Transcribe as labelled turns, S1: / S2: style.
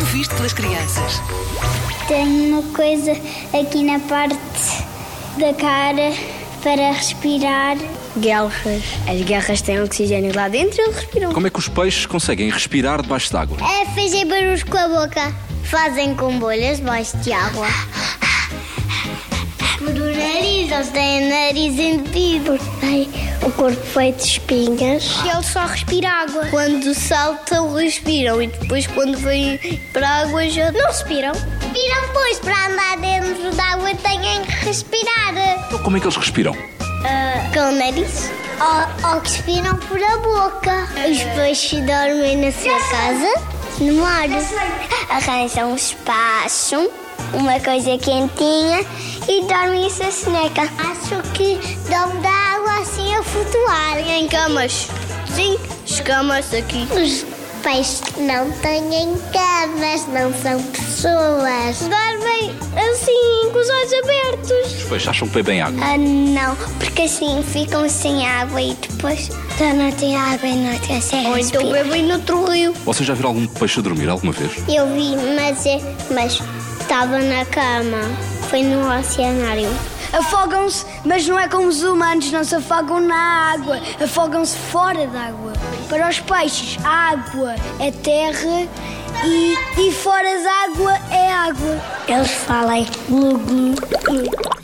S1: é
S2: visto pelas crianças?
S1: Tenho uma coisa aqui na parte da cara para respirar.
S3: Guelras. As guerras têm oxigênio lá dentro e eles respiram.
S4: Como é que os peixes conseguem respirar debaixo d'água?
S1: É fazer barulhos com a boca. Fazem com bolhas debaixo de água. Por o nariz, eles têm nariz entupido. Tem o corpo feito de espinhas. E ele só respira água. Quando saltam, respiram. E depois, quando vêm para a água, já não respiram. Respiram, pois, para andar dentro da água, têm que respirar.
S4: Então, como é que eles respiram?
S1: com o nariz? Ou, ou que respiram por a boca. Os peixes dormem na sua casa, no mar. Arranjam um espaço, uma coisa quentinha e dormem em sua soneca. Acho que dão da água assim a flutuar. Em camas. Sim, as camas aqui. Os peixes não têm camas, não são pessoas. Dormem assim, com os olhos abertos.
S4: Os peixes acham que bebem água.
S1: Ah, não, porque assim ficam sem água e depois já não tem água e não tem acesso. Ou então bebem noutro rio.
S4: Vocês já viram algum peixe a dormir alguma vez?
S1: Eu vi, mas é- mas estava na cama. Foi no oceanário.
S3: Afogam-se, mas não é como os humanos, não se afogam na água, afogam-se fora da água. Para os peixes, a água é terra e, e fora da água é água.
S1: Eles falam glu glu glu